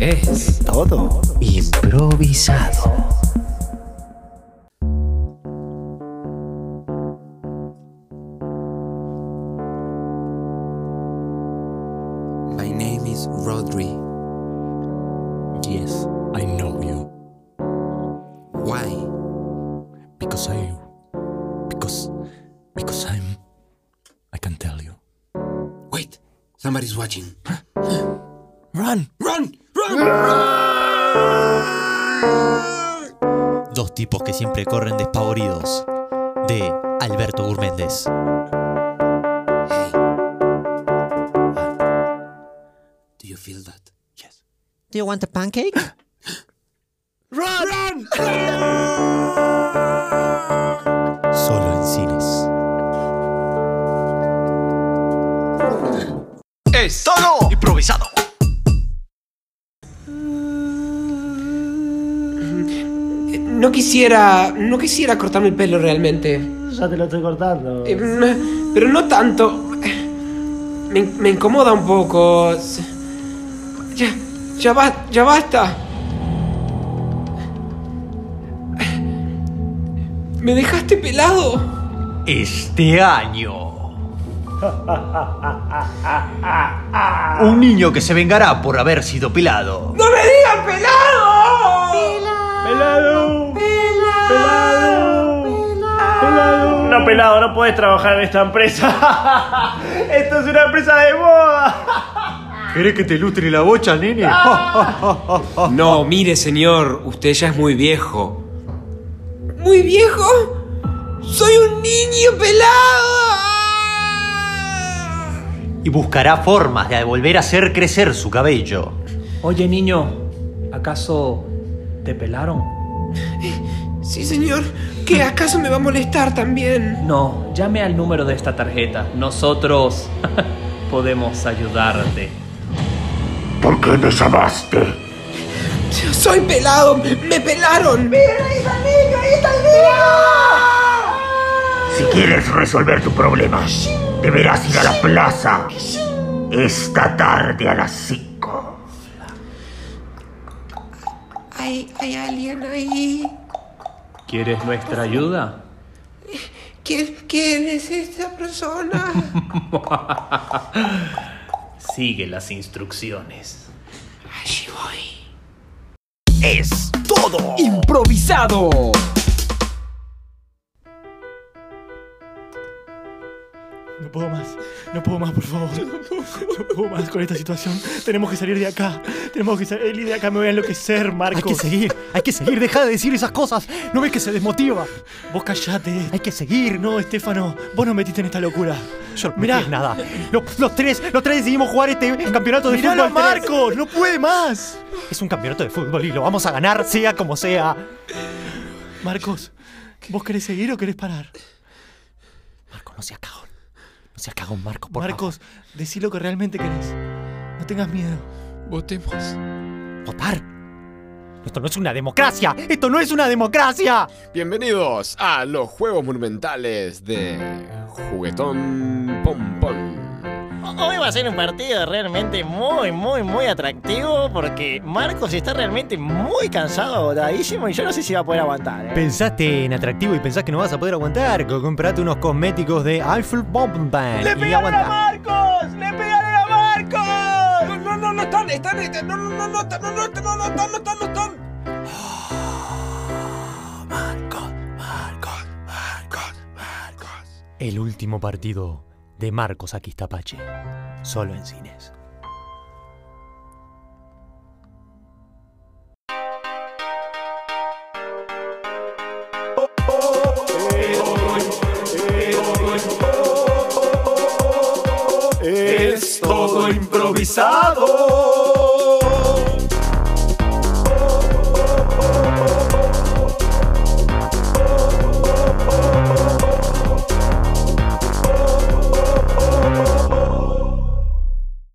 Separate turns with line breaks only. es
Todo.
improvisado.
My name is Rodri.
Yes, I know you.
Why?
Because I. Because. Because I'm. I can tell you.
Wait, somebody's watching.
Run!
Run! Run!
Dos tipos que siempre corren despavoridos. De Alberto Gurméndez.
Hey. Do you feel that? Yes.
Do you want a pancake?
Run! Run!
Solo en cines.
Es todo improvisado.
No quisiera. No quisiera cortarme el pelo realmente.
Ya te lo estoy cortando.
Eh, mm, Pero no tanto. Me, me incomoda un poco. S- Ya. Ya, ba- ya basta. Me dejaste pelado.
Este año. Un niño que se vengará por haber sido pelado.
¡No me digan pelado!
¡Pelado! ¡Pelado! ¡Pelado! No, pelado, no puedes trabajar en esta empresa. ¡Esto es una empresa de moda!
¿Querés que te ilustre la bocha, nene?
No, mire, señor. Usted ya es muy viejo. ¿Muy viejo? ¡Soy un niño pelado!
Y buscará formas de volver a hacer crecer su cabello.
Oye, niño, ¿acaso te pelaron?
Sí, señor. ¿Qué acaso me va a molestar también?
No, llame al número de esta tarjeta. Nosotros podemos ayudarte.
¿Por qué me llamaste?
Soy pelado, me pelaron.
Si quieres resolver tu problema, deberás ir a la plaza esta tarde a las 5.
Hay, hay alguien ahí.
¿Quieres nuestra ayuda?
¿Quién, quién es esta persona?
Sigue las instrucciones.
Allí voy.
Es todo improvisado.
No puedo más, no puedo más, por favor. No puedo más con esta situación. Tenemos que salir de acá. Tenemos que salir de acá. Me voy a enloquecer, Marcos.
Hay que seguir, hay que seguir, deja de decir esas cosas. No ves que se desmotiva.
Vos callate.
Hay que seguir.
No, Estefano, vos nos metiste en esta locura.
Yo no
Mirá.
mirá. nada. Los, los tres, los tres decidimos jugar este campeonato de
Miralo,
fútbol. tres.
Marcos, no puede más.
Es un campeonato de fútbol y lo vamos a ganar, sea como sea.
Marcos, ¿vos querés seguir o querés parar?
Marco, no seas cagón. No seas cagón, Marco, por
Marcos, decí lo que realmente querés. No tengas miedo.
Votemos.
favor. votar. Esto no es una democracia. Esto no es una democracia.
Bienvenidos a los Juegos Monumentales de Juguetón Pompón.
Hoy va a ser un partido realmente muy, muy, muy atractivo porque Marcos está realmente muy cansado, agotadísimo y yo no sé si va a poder aguantar. ¿eh?
Pensaste en atractivo y pensás que no vas a poder aguantar. Co- Comprate unos cosméticos de Alfred Bomban. y aguanta.
Marcos! ¡Le pegaron a Marcos!
No, no, no, no están, están, están, no, no, no, no, están, no, no, están, no, no, están, no, están, no, están.
Marcos, Marcos, Marcos, Marcos.
El último partido de Marcos Aquistapache. Solo en cines.
Es todo improvisado.